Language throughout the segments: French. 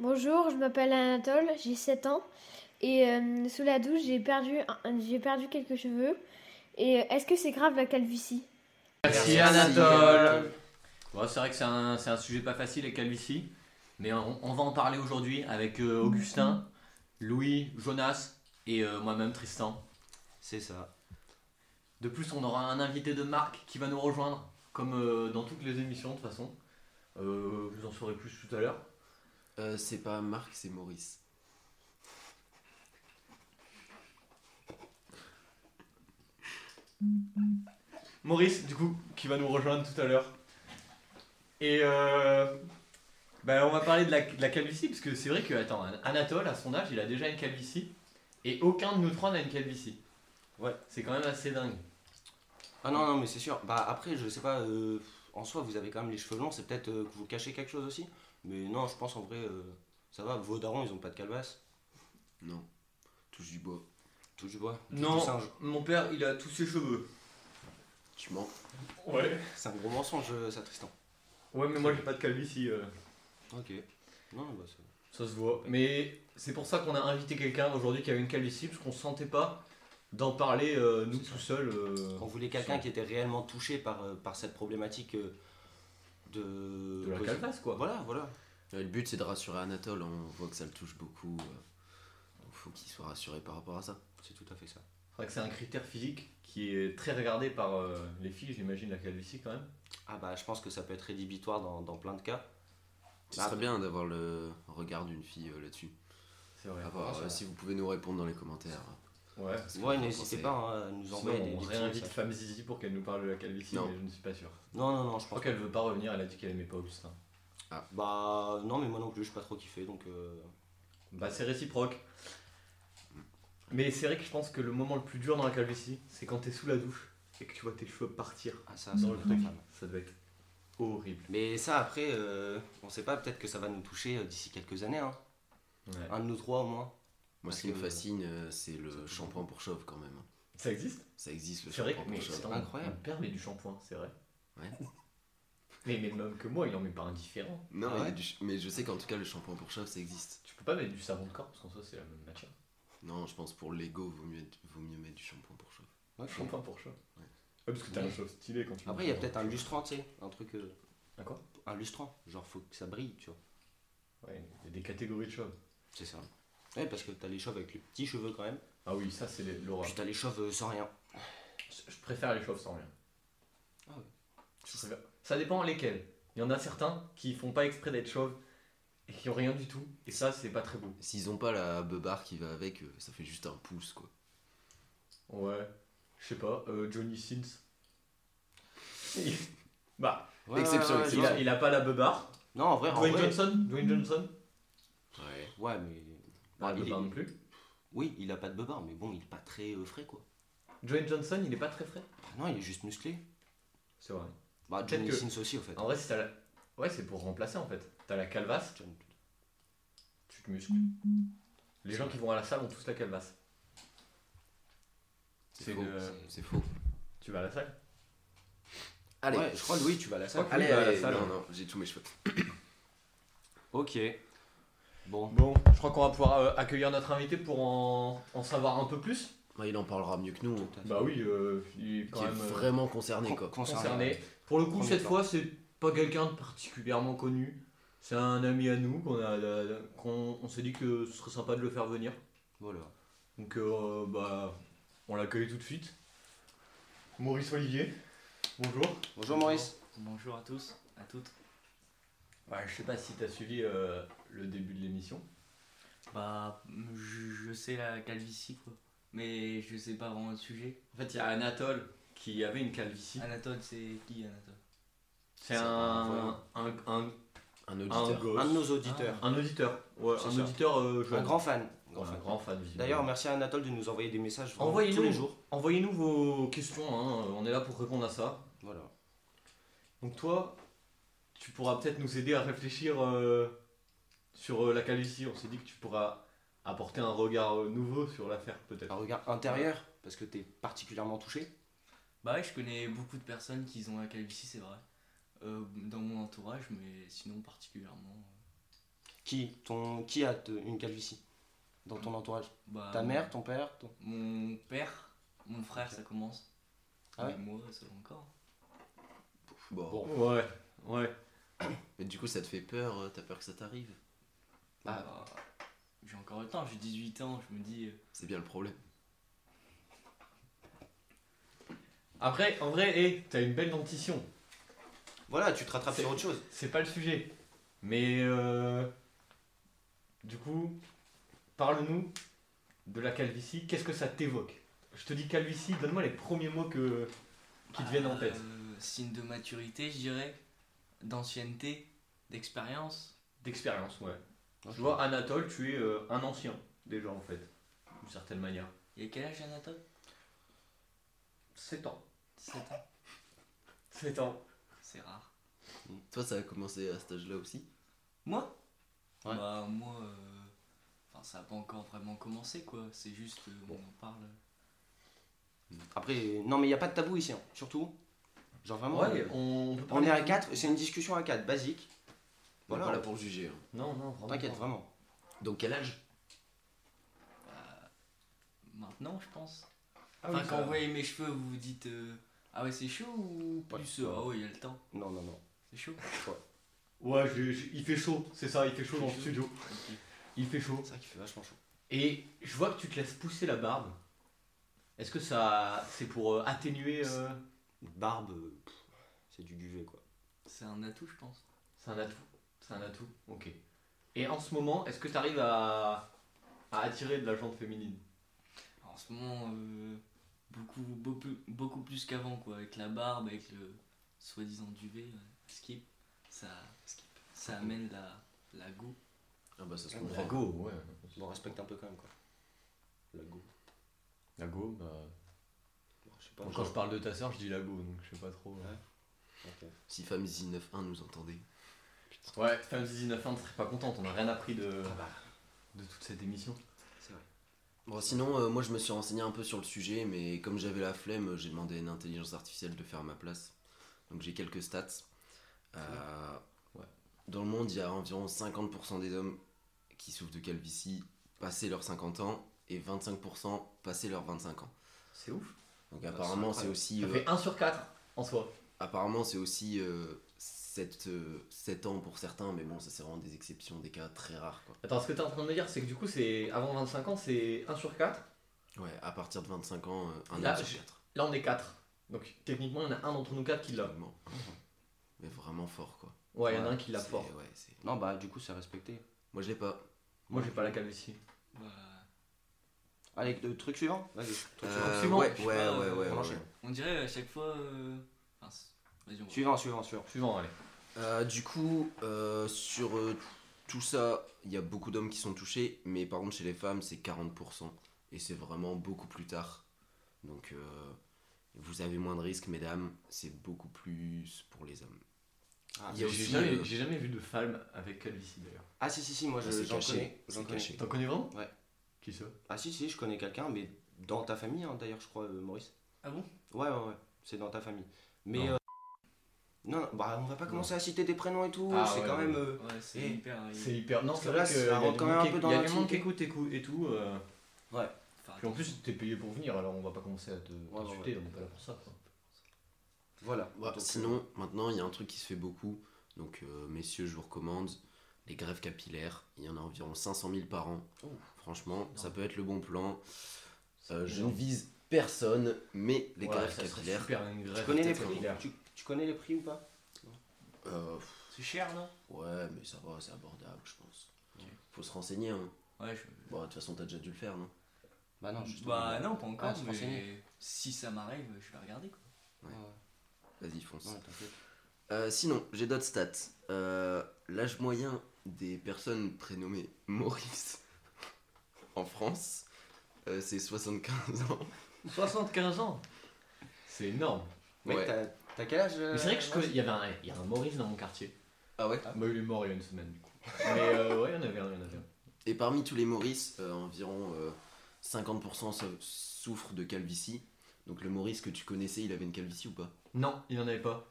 Bonjour, je m'appelle Anatole, j'ai 7 ans et euh, sous la douche j'ai perdu, un- j'ai perdu quelques cheveux. Et euh, est-ce que c'est grave la calvitie Merci Anatole. Bon, c'est vrai que c'est un, c'est un sujet pas facile avec calvitie, mais on, on va en parler aujourd'hui avec euh, Augustin, Louis, Jonas et euh, moi-même Tristan. C'est ça. De plus, on aura un invité de marque qui va nous rejoindre, comme euh, dans toutes les émissions de toute façon. Euh, vous en saurez plus tout à l'heure. Euh, c'est pas Marc, c'est Maurice. Maurice, du coup, qui va nous rejoindre tout à l'heure. Et euh, bah, on va parler de la, de la calvitie, parce que c'est vrai que, attends, An- Anatole, à son âge, il a déjà une calvitie, et aucun de nous trois n'a une calvitie. Ouais. C'est quand même assez dingue. Ah non, non, mais c'est sûr. Bah après, je sais pas, euh, en soi, vous avez quand même les cheveux longs, c'est peut-être euh, que vous cachez quelque chose aussi. Mais non, je pense en vrai, euh, ça va, vos darons, ils ont pas de calvasse. Non. Touche du bois. Touche du bois Touche Non. du singe. Mon père, il a tous ses cheveux. Tu mens. Ouais. C'est un gros mensonge, euh, ça, Tristan. Ouais, mais moi, j'ai pas de calvitie. euh. Ok. Non, bah ça. Ça se voit. Mais c'est pour ça qu'on a invité quelqu'un aujourd'hui qui a une calvitie, parce qu'on se sentait pas d'en parler, euh, nous, tout seuls. euh, On voulait quelqu'un qui était réellement touché par, euh, par cette problématique euh, de. de la calvasse, quoi. Voilà, voilà. Ouais, Euh, Le but c'est de rassurer Anatole, on voit que ça le touche beaucoup. euh, Il faut qu'il soit rassuré par rapport à ça. C'est tout à fait ça. C'est vrai que c'est un critère physique qui est très regardé par euh, les filles, j'imagine, la calvitie quand même. Ah bah, je pense que ça peut être rédhibitoire dans, dans plein de cas. Ce Bah, serait bien d'avoir le regard d'une fille euh, là-dessus. C'est vrai. À voir, ça euh, va. si vous pouvez nous répondre dans les commentaires. Ouais. Parce que Ah bah, Ouais, vous en n'hésitez pensez. pas hein, à nous envoyer Sinon, des, des on petits réinvite messages. Femme Zizi pour qu'elle nous parle de la calvitie, Non. mais je ne suis pas sûr. Non, non, non, je Je crois pense qu'elle veut pas revenir, elle a dit qu'elle aimait pas Augustin. Bah, non, mais moi non plus, je suis pas trop kiffé, donc... euh, Bah, c'est réciproque. Mais c'est vrai que je pense que le moment le plus dur dans la calvitie, c'est quand t'es sous la douche et que tu vois tes cheveux partir Ah, ça, ça dans doit le être truc. infâme. Ça doit être horrible. Mais ça, après, euh, on sait pas, peut-être que ça va nous toucher euh, d'ici quelques années, hein. Ouais. Un de nous trois, au moins. Moi Parce ce qui me que- fascine, euh, c'est Ça le peut- shampoing pour chauve quand même. Ça existe Ça existe le C'est vrai que shampoing pour chauve. c'est incroyable. Mon père met du shampoing, c'est vrai. Ouais. Mais, mais même que moi, il en met pas un différent. Non, Ah il y a ouais du ch- mais je sais qu'en tout cas le shampoing pour chauve ça existe. Tu peux pas mettre du savon de corps parce qu'en soi, c'est la même matière. Non, je pense pour l'ego, vaut mieux, vaut mieux mettre du shampoing pour chauve. Shampoing pour chat. Ouais. parce que t'as Ouais. un chat stylé quand tu Après, il y a peut-être un lustrant, tu sais, un truc... euh, Un quoi un lustrant, genre, faut que ça brille, tu vois. Ouais, il y a des catégories de chats. C'est ça. Ouais, parce que t'as les chauves avec les petits cheveux, quand même, Ah oui, ça, c'est les- l'horreur. puis t'as les chauves euh, sans rien. Je je préfère les chauves sans rien. Ah ouais. Je préfère- Ça dépend lesquels. Il y en a certains qui font pas exprès d'être chauves et qui ont rien du tout. Et ça, c'est pas très beau. S'ils ont pas la beubare qui va avec, euh, ça fait juste un pouce quoi. Ouais. Je sais pas. euh, Johnny Sins. Il- bah, Ouais, Exception, ouais, ouais, exception. il ouais. a, il a pas la beubare. Non, en vrai, Ah, en Dwayne vrai... Bah, Johnson Dwayne Johnson Ouais. Ouais, mais... Pas bah, la il beubare est- non plus. Oui, il a pas de beubard, mais bon, il est pas très euh, frais, quoi. Dwayne Johnson, il est pas très frais. Ah non, il est juste musclé. C'est vrai. Bah, Peut-être Johnny que- Sins aussi, au fait. En vrai, si t'as la... Ouais, c'est pour remplacer en fait. T'as la calvasse, John- tu te muscles. Les gens qui vont à la salle ont tous la calvasse. C'est faux. une- c'est- C'est faux. Tu vas à la salle Allez. Ouais, je crois, Louis, tu vas à la salle. Ok. Allez, allez, non, non, non, j'ai tous mes cheveux. Ok. Bon. Bon, je crois qu'on va pouvoir euh, accueillir notre invité pour en, en savoir un peu plus. Bah, il en parlera mieux que nous, hein, Bah oui, euh, il est quand qui est même euh, vraiment concerné Con- quoi. concerné. Pour le coup, Premier cette plan. fois, c'est pas quelqu'un de particulièrement connu. C'est un ami à nous qu'on a, euh, qu'on on s'est dit que ce serait sympa de le faire venir. Voilà. Donc euh, bah, on l'accueille tout de suite. Maurice Olivier, bonjour. Bonjour Maurice. Bonjour à tous, à toutes. Ouais, je sais pas si t'as suivi euh, le début de l'émission. Bah, je, je sais la calvitie quoi, mais je sais pas vraiment le sujet. En fait, il y a Anatole qui avait une calvitie. Anatole, c'est qui Anatole C'est un, un, un, Un un auditeur. gosse. Ah. Un de nos auditeurs. Un auditeur. Ouais, C'est un ça. auditeur euh, Un jeune. grand fan. Ouais, Grand un fan. grand fan. visiblement. D'ailleurs, merci à Anatole de nous envoyer des messages vraiment Envoyez-nous. tous les jours. envoyez-nous vos questions, hein, on est là pour répondre à ça. Voilà. Donc toi, tu pourras peut-être nous aider à réfléchir euh, sur euh, la calvitie. On s'est dit que tu pourras apporter un regard euh, nouveau sur l'affaire peut-être. Un regard intérieur, parce que t'es particulièrement touché. Bah ouais, je connais beaucoup de personnes qui ont la calvitie, c'est vrai. Euh, dans mon entourage, mais sinon particulièrement. euh, Qui ton qui a te- une calvitie dans ton entourage Bah, Ta Ah. mon- mère, ton père, ton- Mon père, mon frère, ça commence. Ah ouais Mais moi, ça va encore. Bon. Bon. Ouais, ouais. Mais du coup, ça te fait peur, euh, t'as peur que ça t'arrive. Ah. Bah, j'ai encore le temps, j'ai 18 ans, je me dis. euh, C'est bien le problème. Après, en vrai, hé, t'as une belle dentition. Voilà, tu te rattrapes C'est- sur autre chose. C'est pas le sujet. Mais euh, du coup, parle-nous de la calvitie. Qu'est-ce que ça t'évoque Je te dis calvitie, donne-moi les premiers mots que, qui te viennent en tête. euh, signe de maturité, je dirais. D'ancienneté, d'expérience. Euh, D'expérience, ouais. Je vois, Anatole, tu es euh, un ancien, déjà, en fait, d'une certaine manière. Il y a quel âge, Anatole 7 ans. 7 ans 7 ans. C'est rare. Toi, ça a commencé à cet âge-là aussi. Moi Ouais. Bah, moi. euh, Enfin, ça n'a pas encore vraiment commencé, quoi. C'est juste euh, on en parle. Après, euh, non mais il n'y a pas de tabou ici, hein. surtout. Genre vraiment, Ah Ouais, euh, on, peut on parler est à de- 4, c'est une discussion à 4, basique. On est Voilà, pas là pour juger. hein. Non, non, vraiment. t'inquiète vraiment. Donc, quel âge Maintenant, je pense. Ah oui, enfin, quand ça- vous voyez mes cheveux, vous vous dites euh, Ah ouais, c'est chaud ou Ouais. plus euh, Ah ouais, il y a le temps. Non, non, non. C'est chaud. Ouais, je- je- il fait chaud, c'est ça, il fait chaud dans le chaud. studio. Ok. Il fait chaud. C'est vrai qu'il fait vachement chaud. Et je vois que tu te laisses pousser la barbe. Est-ce que ça, c'est pour euh, atténuer euh, Barbe, euh, pff, c'est du duvet quoi. C'est un atout, je pense. C'est un atout. C'est un atout. Ok. Et en ce moment, est-ce que tu arrives à, à attirer de la gente féminine Alors, en ce moment, euh, beaucoup, beaucoup, beaucoup plus qu'avant, quoi. Avec la barbe, avec le soi-disant duvet, euh, skip. Ça, skip. ça amène la, la go. Ah bah, ça se Ah, comprend. go, ouais. Bon, respecte un peu quand même quoi. La go. La go, bah. Bon, je sais pas. quand je parle de ta soeur, je dis la go, donc je sais pas trop. Ok. Si Femme 191 nous entendait. Ouais, Femme 19 ne serait pas contente, on a rien appris de, Ah bah. de toute cette émission. Bon, sinon, euh, moi, je me suis renseigné un peu sur le sujet, mais comme j'avais la flemme, euh, j'ai demandé à une intelligence artificielle de faire ma place. Donc, j'ai quelques stats. Euh, Ouais. Dans le monde, il y a environ 50% des hommes qui souffrent de calvitie passé leurs 50 ans et 25% passé leurs 25 ans. C'est ouf. Donc, Ah, c'est apparemment, c'est incroyable. aussi. Ça euh, fait 1 sur 4 en soi. Apparemment, c'est aussi euh, 7, ans pour certains, mais bon, ça c'est vraiment des exceptions, des cas très rares quoi. Attends, ce que t'es en train de me dire, c'est que du coup, c'est avant 25 ans, c'est 1 sur 4. Ouais, à partir de 25 ans, euh, un Là, homme je- sur quatre. Là, on est 4. Donc techniquement, il y en a un d'entre nous quatre qui l'a. Vraiment. Mais vraiment fort quoi. Ouais, il y en a Ouais, un qui l'a C'est- fort. ouais, c'est- Non, bah du coup, c'est respecté. Moi je l'ai pas. Moi, j'ai pas la calvitie. Bah, Allez, le truc suivant Vas-y, truc Euh, suivant. suivant, ouais, je ouais, sais ouais, pas, ouais, euh, ouais, on ouais. enchaîne. on dirait à chaque fois. euh, enfin, c'est- vas-y, on va. Suivant, suivant, suivant. Suivant, allez. Euh, du coup, euh, sur euh, tout ça, il y a beaucoup d'hommes qui sont touchés, mais par contre chez les femmes, c'est 40%. Et c'est vraiment beaucoup plus tard. Donc, euh, vous avez moins de risques, mesdames, c'est beaucoup plus pour les hommes. Ah, Il y a J'ai aussi, jamais, euh, j'ai jamais vu de femme avec calvitie d'ailleurs. Ah, si, si, si, moi je- C'est j'en caché, connais. c'est J'en connais. caché. T'en connais vraiment Ouais. Qui ça Ah, si, si, je connais quelqu'un, mais dans ta famille, hein, d'ailleurs, je crois, euh, Maurice. Ah bon Ouais, ouais, ouais, c'est dans ta famille. Mais. Non. euh, Non, non, bah on va pas commencer à citer des prénoms et tout, Ah, c'est ouais, quand ouais. même. euh, Ouais, c'est Et- hyper. il- Eh, C'est hyper. Non, Parce c'est que vrai là, que ça y a rentre du quand monde même un qui- peu dans y a du l'intimité. monde qui écoute, écoute et tout. euh, faut faire Puis en plus, t'es payé pour venir, alors on va pas commencer à te Ouais, t'insulter, on est pas là pour ça. quoi. Voilà. Ouais, euh, Donc, Bah, sinon, maintenant, il y a un truc qui se fait beaucoup. Donc, euh, messieurs, je vous recommande les greffes capillaires. Il y en a environ 500 000 par an. Oh. Franchement, ça énorme. peut être le bon plan. C'est Euh, je ne énorme. vise personne, mais les Ouais, greffes ça serait capillaires. super, une Tu greffe connais les peut-être prix capillaire. tu, tu connais les prix ou pas euh, pff, C'est cher, non ouais, mais ça va, c'est abordable, je pense. Ok. Faut se renseigner. hein. Ouais, je. Bon, de toute façon, t'as déjà dû le faire, non Bah non, justement. Bah non, pas encore, Ah, se renseigner. mais si ça m'arrive, je vais regarder quoi. Ouais, ouais. Vas-y, fonce. Non, t'inquiète. Euh, sinon, j'ai d'autres stats. Euh, L'âge moyen des personnes prénommées Maurice en France, euh, c'est 75 ans. 75 ans C'est énorme. Mec, Ouais. t'as- t'as quel âge Mais c'est vrai que je euh, connais- il y avait un, il y a un Maurice dans mon quartier. Ah ouais Bah, il est mort il y a une semaine, du coup. Mais euh, ouais, il y en avait un, il y en avait un. Et parmi tous les Maurice, euh, environ euh, 50% sou- souffrent de calvitie. Donc le Maurice que tu connaissais, il avait une calvitie ou pas Non, il n'en avait pas.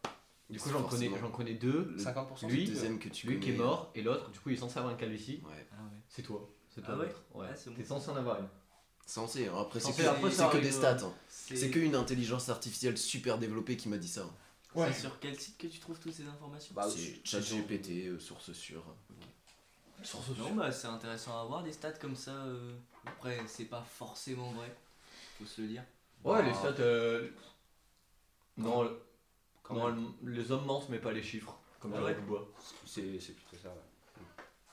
Du coup, C'est j'en connais, forcément j'en connais deux. Le- 50% Le lui, euh, c'est- deuxième que tu Lui qui est connais- mort et l'autre, du coup, il est censé avoir une calvitie. Ouais. Ah ouais. C'est toi. C'est Ah toi ouais l'autre. Ouais. Ah, c'est bon. T'es censé en avoir une. Censé, hein. après c'est Censé, que, après, c'est ça que arrive, euh, des stats. hein. C'est- C'est que une intelligence artificielle super développée qui m'a dit ça. hein. C'est sur quel site que tu trouves toutes ces informations Bah, c'est c'est- ChatGPT, euh, source sûre. Euh. Non, bah c'est intéressant à voir des stats comme ça. euh, Après, c'est pas forcément vrai. Faut se le dire. Ouais, les Bah, stats. euh, Non, le- quand non, même. le- les hommes mentent, mais pas les chiffres. Comme Ah Jean-Luc ouais. Bois. C'est c'est plutôt ça, ouais.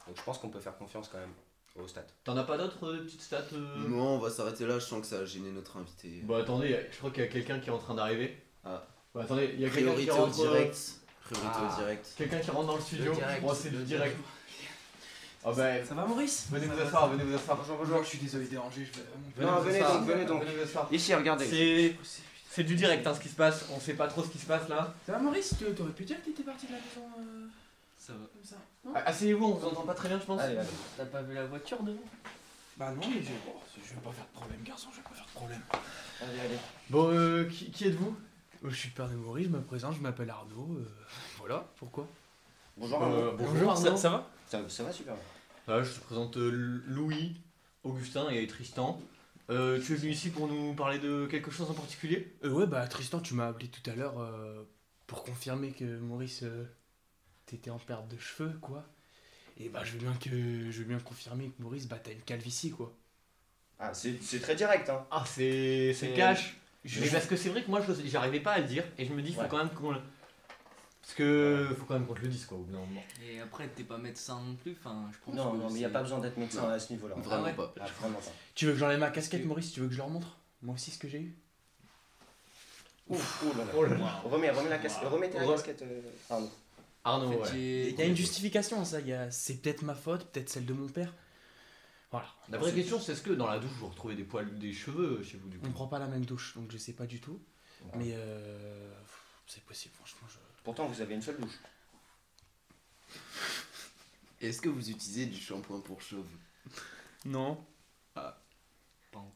Donc je pense qu'on peut faire confiance quand même au stade. T'en as pas d'autres euh, petites stats euh Non, on va s'arrêter là, je sens que ça a gêné notre invité. Bah attendez, je crois qu'il y a quelqu'un qui est en train d'arriver. Ah. Bah attendez, il y a quelqu'un qui Priorité au rentre. euh, direct. Priorité Ah. au direct. Quelqu'un qui rentre dans le studio. Le direct, Bon, c'est le le direct. Ah bah, Eh, Ça va Maurice venez Ça vous va, asseoir, ça va. venez vous asseoir. Bonjour, bonjour, je suis désolé de déranger, je vais euh, vraiment... Non, vous venez asseoir. donc, venez donc. Venez vous asseoir. Ici, regardez. C'est c'est du direct hein, ce qui se passe, on sait pas trop ce qui se passe là. Ça va Maurice Tu- T'aurais pu dire que t'étais parti de la maison euh, Ça va. comme ça Hein non Ah, Asseyez-vous, on vous entend pas très bien je pense. Allez, allez. T'as pas vu la voiture devant Bah non, mais je... oh, je vais pas faire de problème garçon, je vais pas faire de problème. Allez, allez. Bon, euh, qui, qui êtes-vous Oh, Je suis le père de Maurice, je me présente, je m'appelle Arnaud. euh, voilà, pourquoi Bonjour. Euh, Arnaud. bonjour, Arnaud. ça, ça va Ça, ça va super. Ah, Je te présente euh, Louis, Augustin et Tristan. Euh, tu es venu ici pour nous parler de quelque chose en particulier Euh, Ouais, bah Tristan, tu m'as appelé tout à l'heure euh, pour confirmer que Maurice, euh, t'étais en perte de cheveux, quoi. Et bah je veux bien que je veux bien confirmer que Maurice, bah t'as une calvitie, quoi. Ah, c'est c'est très direct, hein. Ah, c'est c'est cash Je- Mais parce que c'est vrai que moi je- j'arrivais pas à le dire et je me dis faut Ouais. quand même qu'on le... Parce que faut quand même qu'on te le dise quoi au bout d'un moment. Et après, t'es pas médecin non plus. Enfin, je pense Non, que non, mais il n'y a c'est- pas besoin d'être médecin Non. à ce niveau-là. Vraiment ouais. pas. Ah, vraiment pas. Tu veux que j'enlève ma casquette, Maurice Tu veux que je leur montre Moi aussi ce que j'ai eu Ouf, oh là là. Oh là là. Remets, remets la casquette. Remettez la Re- casquette, euh, Arnaud. En Arnaud, fait, ouais. j'ai- Il y a une justification à ça, il y a- c'est peut-être ma faute, peut-être celle de mon père. Voilà. La vraie question c'est est-ce que dans la douche vous retrouvez des poils ou des cheveux euh, chez vous du coup On prend pas la même douche, donc je sais pas du tout. Ouais. Mais euh, pff, c'est possible, franchement. Je... Pourtant, vous avez une seule douche. Est-ce que vous utilisez du shampoing pour chauve Non.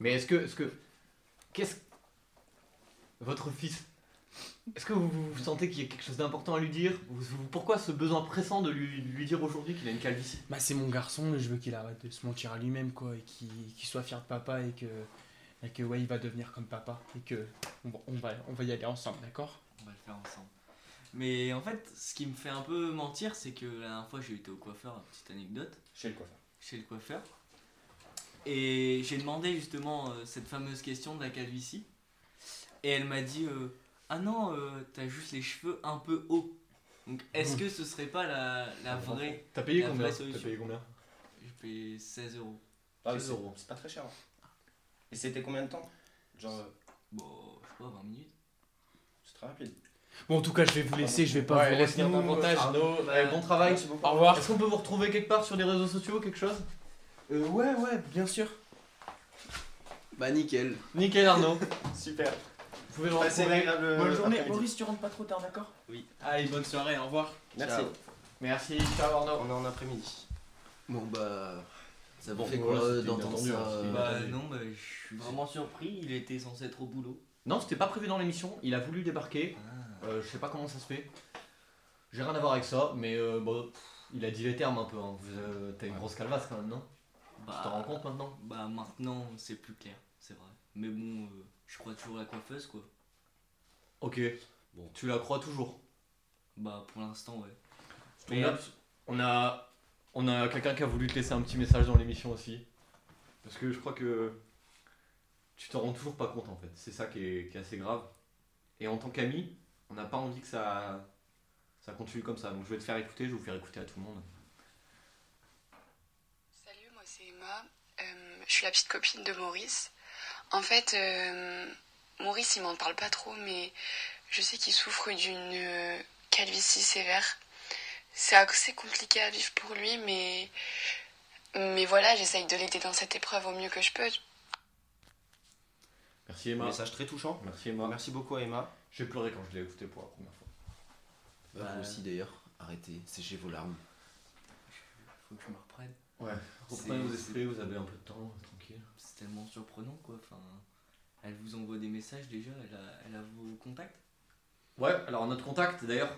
Mais est-ce que. Est-ce que. Qu'est-ce. Votre fils. Est-ce que vous, vous sentez qu'il y a quelque chose d'important à lui dire Vous- vous- Pourquoi ce besoin pressant de lui, lui dire aujourd'hui qu'il a une calvitie Bah c'est mon garçon et je veux qu'il arrête de se mentir à lui-même quoi et qu'il qu'il soit fier de papa et que et que ouais il va devenir comme papa et que on va on va, on va y aller ensemble d'accord On va le faire ensemble. Mais en fait, ce qui me fait un peu mentir, c'est que la dernière fois, j'ai été au coiffeur, petite anecdote, Chez le coiffeur. chez le coiffeur. Et j'ai demandé justement euh, cette fameuse question de la calvitie. Et elle m'a dit euh, Ah non, euh, t'as juste les cheveux un peu hauts. Donc est-ce que ce serait Mmh. pas la, la vraie T'as payé La combien vraie T'as solution. payé combien J'ai payé 16 euros. Ah, Chez oui, c'est- Zorro. C'est pas très cher. hein. Et c'était combien de temps Genre, euh, Bon, je crois 20 minutes. c'est très rapide. bon en tout cas je vais vous laisser je vais pas vous retenir davantage. Arnaud, bah, euh, bon travail. Ouais, c'est bon. au revoir Est-ce qu'on peut vous retrouver quelque part sur les réseaux sociaux, quelque chose Euh, ouais ouais bien sûr Bah nickel. Nickel Arnaud, vous Super. pouvez le Passez une retrouver. agréable euh, bonne journée après-midi. Maurice tu rentres pas trop tard d'accord Oui. allez bonne soirée au revoir Merci. Ciao. Merci, ciao Arnaud. On est en après-midi. Bon bah. Ça vous Bon, fait voilà, quoi euh, c'était d'entendre inattendu, ça hein, c'était euh, Bah attendez. non, bah, je suis vraiment surpris. Il était censé être au boulot. Non, c'était pas prévu dans l'émission, il a voulu débarquer. Euh, je sais pas comment ça se fait. J'ai rien à voir avec ça, mais euh, bon, pff, il a dit les termes un peu. hein. Vous, euh, T'as une grosse calvasse quand même, non Bah, Tu t'en rends compte maintenant Bah maintenant c'est plus clair, c'est vrai. Mais bon, euh, je crois toujours à la coiffeuse quoi. Ok. Bon. Tu la crois toujours. Bah pour l'instant ouais. On a, on a, on a quelqu'un qui a voulu te laisser un petit message dans l'émission aussi. Parce que je crois que tu t'en rends toujours pas compte en fait. C'est ça qui est, qui est assez grave. Et en tant qu'ami, on n'a pas envie que ça, ça continue comme ça. Donc je vais te faire écouter, je vais vous faire écouter à tout le monde. Salut, moi c'est Emma. Euh, je suis la petite copine de Maurice. En fait, euh, Maurice, il m'en parle pas trop, mais je sais qu'il souffre d'une euh, calvitie sévère. C'est assez compliqué à vivre pour lui, mais, mais voilà, j'essaye de l'aider dans cette épreuve au mieux que je peux. Merci Emma. Message très touchant. Merci Emma. Merci beaucoup à Emma. J'ai pleuré quand je l'ai écouté pour la première fois. bah, vous euh, aussi d'ailleurs. Arrêtez, séchez vos larmes. Faut que je me reprenne. Reprenez C'est- vos esprits, vous avez un peu de temps, euh, tranquille. C'est tellement surprenant quoi. Enfin, Elle vous envoie des messages déjà Elle a, elle a vos contacts Ouais, alors notre contact d'ailleurs,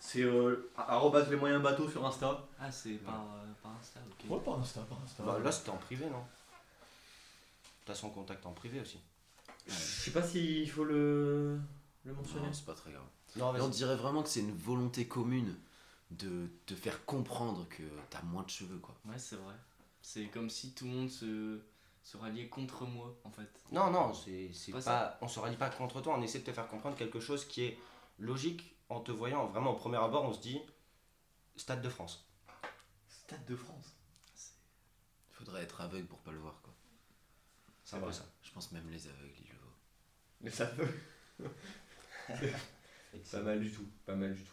c'est euh, arrobase les moyens bateaux sur Insta. Ah, c'est par, euh, par Insta, ok. par Insta, par Insta. Bah, là, c'était en privé, non T'as son contact en privé aussi. je sais pas s'il faut le, le mentionner. Non, c'est pas très grave. Non, Ah, Mais on dirait vraiment que c'est une volonté commune de te faire comprendre que t'as moins de cheveux, quoi. Ouais, c'est vrai. C'est comme si tout le monde se, se ralliait contre moi, en fait. Non, non, c'est c'est Pas pas. ça. On se rallie pas contre toi, on essaie de te faire comprendre quelque chose qui est logique en te voyant vraiment au premier abord, on se dit Stade de France. Stade de France. Faudrait être aveugle pour pas le voir, quoi. C'est un vrai. peu ça. Je pense même les aveugles, ils le voient. Mais ça peut. pas mal du tout, pas mal du tout.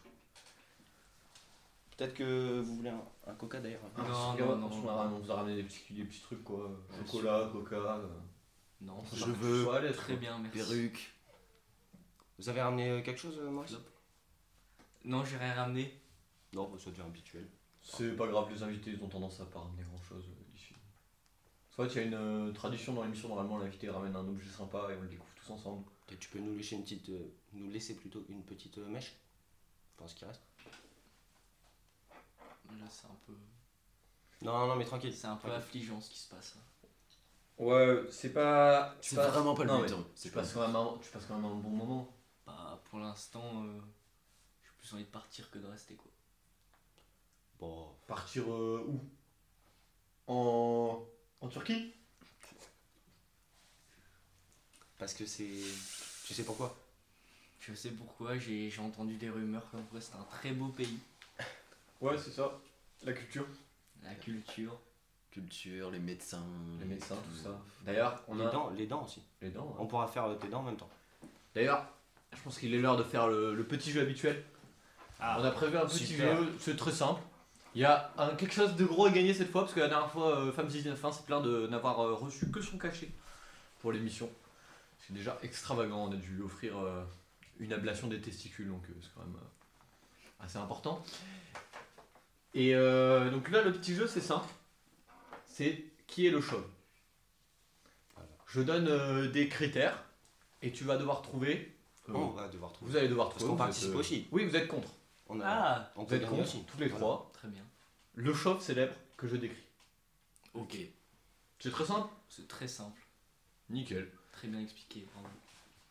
Peut-être que vous voulez un, un coca d'ailleurs. Ah, Non, non, ouais, on non, non. vous a ramené- on vous a ramené des petits, des petits trucs quoi. Chocolat, coca. euh, Non, faut Je pas que tu veux sois à l'aise, très quoi. bien, merci. Perruque. Vous avez ramené euh, quelque chose, euh, Maurice Non, j'ai rien ramené. Non, bah, ça devient habituel. C'est pas grave, les invités ils ont tendance à pas ramener euh, grand chose ici. Soit il y a une euh, tradition dans l'émission, normalement l'invité ramène un objet sympa et on le découvre tous ensemble. Peut-être tu peux nous laisser une petite. euh, nous laisser plutôt une petite euh, mèche Pour ce qui reste. Là, c'est un peu, Non, non, mais tranquille. c'est un peu affligeant ce qui se passe. hein. là. Ouais, c'est pas. C'est vraiment pas le hein. Non, bon mais temps. Tu C'est pas passes, quand même un, tu passes quand même un bon moment. Bah, pour l'instant, euh, j'ai plus envie de partir que de rester, quoi. Bon, Partir euh, où En. En Turquie parce que c'est. Tu sais pourquoi Je sais pourquoi, j'ai j'ai entendu des rumeurs comme quoi c'est un très beau pays. Ouais, c'est ça. La culture. La culture, culture, les médecins. Les médecins, tout ça. D'ailleurs, on les a. dents, les dents aussi. Les dents, ouais. On pourra faire euh, tes dents en même temps. D'ailleurs, je pense qu'il est l'heure de faire le, le petit jeu habituel. on a prévu un petit Ah. super. jeu, c'est très simple. Il y a un- quelque chose de gros à gagner cette fois, parce que la dernière fois, euh, Femme 19 c'est plein de n'avoir euh, reçu que son cachet pour l'émission. C'est déjà extravagant, on a dû lui offrir euh, une ablation des testicules, donc euh, c'est quand même euh, assez important. Et euh, donc là, le petit jeu, c'est simple. C'est qui est le chauve Je donne euh, des critères, et tu vas devoir trouver... euh, On va devoir trouver. vous allez Oh. devoir Parce trouver. qu'on vous participe êtes, euh, aussi. Oui, vous êtes contre. On a- Ah on Vous peut êtes gagner contre, aussi. tous les Voilà. trois. Très bien. Le chauve célèbre que je décris. Ok. C'est très simple. C'est très simple, Nickel. très bien expliqué. bravo.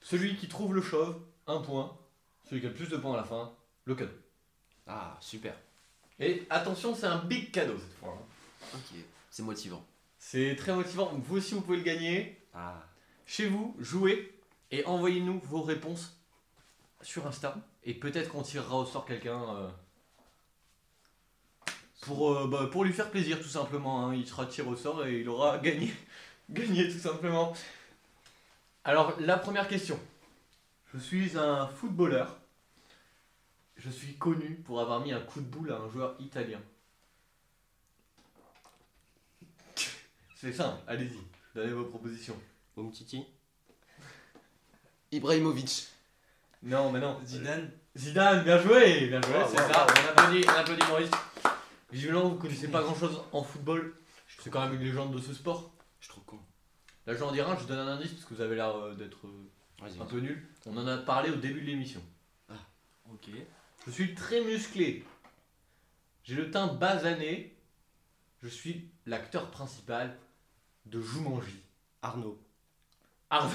Celui qui trouve le chauve, un point. Celui qui a le plus de points à la fin, le cadeau. Ah, super. Et attention, c'est un big cadeau cette fois. hein. Ok, c'est motivant. C'est très motivant. Vous aussi, vous pouvez le gagner. Ah, Chez vous, jouez et envoyez-nous vos réponses sur Insta. Et peut-être qu'on tirera au sort quelqu'un euh, pour, euh, bah, pour lui faire plaisir, tout simplement. hein. Il sera tiré au sort et il aura gagné. gagné, tout simplement. Alors, la première question. Je suis un footballeur. Je suis connu pour avoir mis un coup de boule à un joueur italien. C'est simple, allez-y, donnez vos propositions. Umtiti Ibrahimovic. Non, mais non. Zidane Zidane, bien joué, bien joué, Wow, c'est wow, ça. On applaudit, on applaudit Maurice. Visiblement, vous connaissez pas grand chose en football. C'est quand même une légende de ce sport. Je trouve con. Là, j'en dirai un, je vous donne un indice parce que vous avez l'air euh, d'être euh, Vas-y. un peu nul. On en a parlé au début de l'émission. Ok. Je suis très musclé. J'ai le teint basané. Je suis l'acteur principal de Jumanji. Arnaud. Arnaud.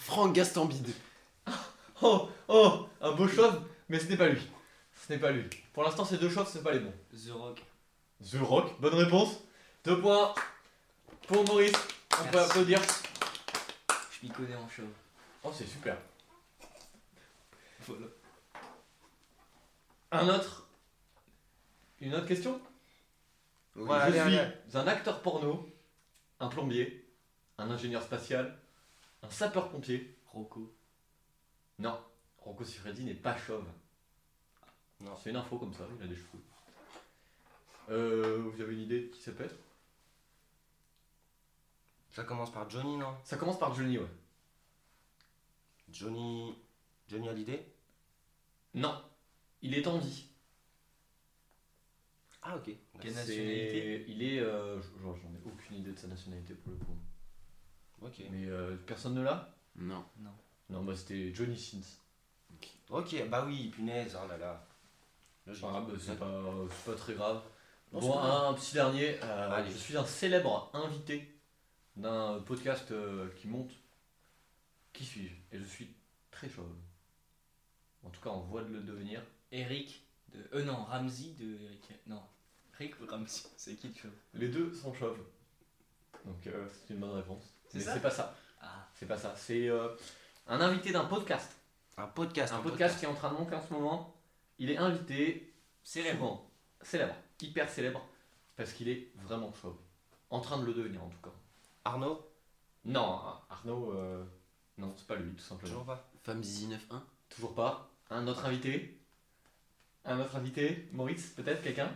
Franck Gastambide. Oh, oh, un beau chauve, mais ce n'est pas lui. Ce n'est pas lui. Pour l'instant, ces deux chauves, ce n'est pas les bons. The Rock. The Rock, bonne réponse. Deux points pour Maurice. On peut Merci. applaudir. Je m'y connais en chauve. Oh, c'est super. Voilà. Un autre. Une autre question Oui, Ouais, Je allez, suis allez. un acteur porno, un plombier, un ingénieur spatial, un sapeur-pompier. Rocco. Non, Rocco Siffredi n'est pas chauve. Non. C'est une info comme ça, il a des cheveux. Euh, vous avez une idée de qui ça peut être Ça commence par Johnny, non Ça commence par Johnny, ouais. Johnny. Johnny Hallyday Non, il est en vie. Ah, ok. Quelle C'est- nationalité Il est. euh, je- genre, J'en ai aucune idée de sa nationalité pour le coup. Ok. Mais euh, personne ne l'a Non. Non, bah c'était Johnny Sins. Ok, bah oui, punaise, oh là là. Là, j'ai- C'est pas, grave, c'est pas, euh, c'est pas très grave. Non, c'est bon, pas grave. un, petit dernier. euh, Allez. je suis un célèbre invité d'un podcast euh, qui monte. Qui suis-je Et je suis très chauve. En tout cas, on voit de le devenir. Eric de. Euh, non, Ramsey de Eric. Non. Rick ou Ramsey C'est qui le cheveu Les deux sont chauves. Donc euh, c'est une bonne réponse. C'est Mais ça c'est pas ça. Ah, C'est pas ça. C'est euh, un invité d'un podcast. Un podcast. Un podcast qui est en train de monter en ce moment. Il est invité célèbre. souvent. Célèbre. Hyper célèbre. Parce qu'il est vraiment chauve. En train de le devenir en tout cas. Arnaud Non, Arnaud, euh, non, c'est pas lui, tout simplement. Toujours pas. Femme Zizi 91 Toujours pas. Un autre invité Un autre invité Maurice, peut-être quelqu'un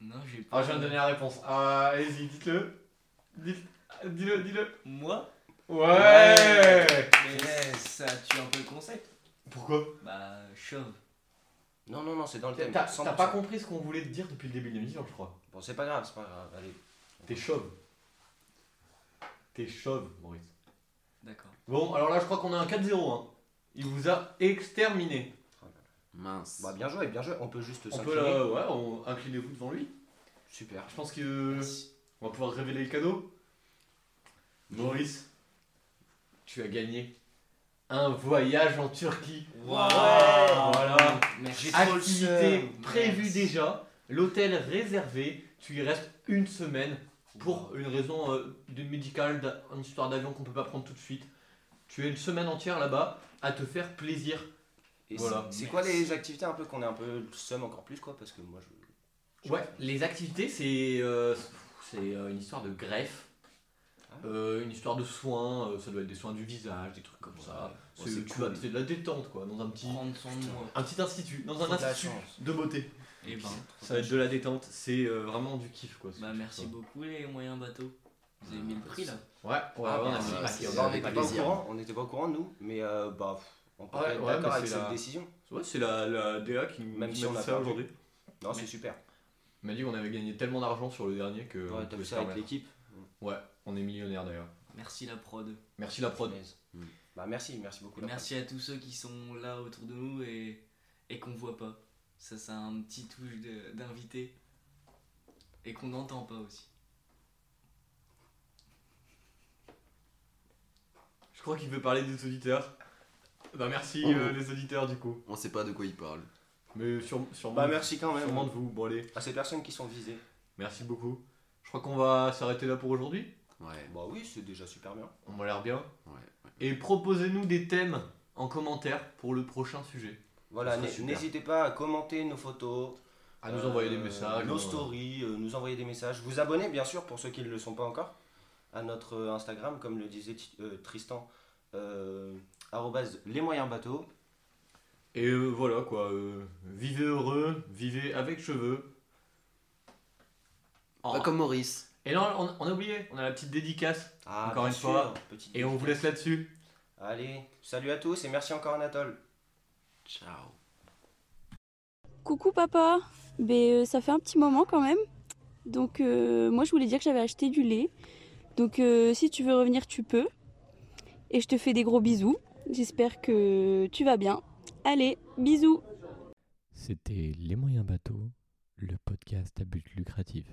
Non, j'ai pas. Ah, je viens de donner la réponse. Ah, allez-y, dites-le. Dites- Dis-le, dis-le. Moi Ouais Mais ça tue un peu le concept. Pourquoi Bah, chauve. Non, non, non, c'est dans le T'as thème. t'as 100%. pas compris ce qu'on voulait te dire depuis le début de l'émission, je crois. Bon, c'est pas grave, c'est pas grave. Allez. T'es chauve. T'es chauve, Maurice. D'accord. Bon, alors là, je crois qu'on a un 4-0. hein. Il vous a exterminé. Mince. Bah, bien joué, bien joué. On peut juste On peut, s'incliner. là, ouais, on- inclinez-vous devant lui. Super. Je pense que... On va pouvoir révéler le cadeau. Maurice, tu as gagné un voyage en Turquie. Voilà. Merci. trop le Activité seum. prévue Yes. déjà, l'hôtel réservé, tu y restes une semaine pour une raison euh, de médicale, d'a- une histoire d'avion qu'on peut pas prendre tout de suite. Tu es une semaine entière là-bas à te faire plaisir. Et Voilà. c'est- C'est quoi les activités un peu qu'on est un peu le seum encore plus quoi Parce que moi je. Ouais, les activités, c'est euh, c'est, euh, une histoire de greffe, Ah. euh, une histoire de soins, euh, ça doit être des soins du visage, des trucs comme ça. Ouais, C'est- c'est tu cool. vas- c'est de la détente quoi, dans un petit, Prendre son nom. un petit institut, dans Trop un de la institut chance. de beauté. Et ben, Ça va être de la détente, c'est euh, vraiment du kiff quoi. ce bah, truc, merci quoi. beaucoup les moyens bateaux. Vous Ah, avez mis le prix là. Ouais, ouais, Ah, ouais, on a merci, mis le merci. paquet, C'est on a Bah, on mis avec le n'était paquet. pas, au plaisir. courant, on était pas au courant nous, mais euh, bah pff, on peut Ouais, pas être ouais, mais d'accord avec c'est cette la- décision. Ouais, c'est la, la DA qui nous Même qui si m'a on dit l'a ça perdu. aujourd'hui. Non, Mais- c'est super. Il m'a dit qu'on avait gagné tellement d'argent sur le dernier que Ouais, on, t'as pouvait vu se ça avec permettre. l'équipe. ouais, on est millionnaire d'ailleurs. Merci la prod. Merci la prod. Punaise. Mm. Bah merci, merci beaucoup. Et la merci à tous ceux qui sont là autour de nous et, et qu'on voit pas. Ça, c'est un petit touche de- d'invité. Et qu'on n'entend pas aussi. Je crois qu'il veut parler des auditeurs. Bah merci Oh. euh, les auditeurs du coup. On sait pas de quoi il parle. Mais sur, sûrement, Bah merci quand même. sûrement de vous. Bon allez, À ces personnes qui sont visées. merci beaucoup. Je crois qu'on va s'arrêter là pour aujourd'hui. Ouais. Bah oui, c'est déjà super bien. On m'a l'air bien. Ouais, ouais. Et proposez-nous des thèmes en commentaire pour le prochain sujet. Voilà, Ça serait n'hé- super. n'hésitez pas à commenter nos photos, À nous euh, envoyer des messages. nos euh, stories, euh, nous envoyer des messages. Vous abonner bien sûr pour ceux qui ne le sont pas encore à notre euh, Instagram, comme le disait Ti- euh, Tristan. euh, arrobase les moyens bateaux. Et euh, voilà quoi, euh, vivez heureux, vivez avec cheveux. Oh. Pas Bah, comme Maurice. Et là on, on a oublié, on a la petite dédicace Ah, Encore bien une fois. petite et on vous laisse là-dessus. Allez, salut à tous et merci encore Anatole. Ciao. Coucou papa Ben, euh, ça fait un petit moment quand même. Donc euh, moi je voulais dire que j'avais acheté du lait. Donc euh, si tu veux revenir tu peux. Et je te fais des gros bisous. J'espère que tu vas bien. Allez, bisous C'était Les Moyens Bateaux, le podcast à but lucratif.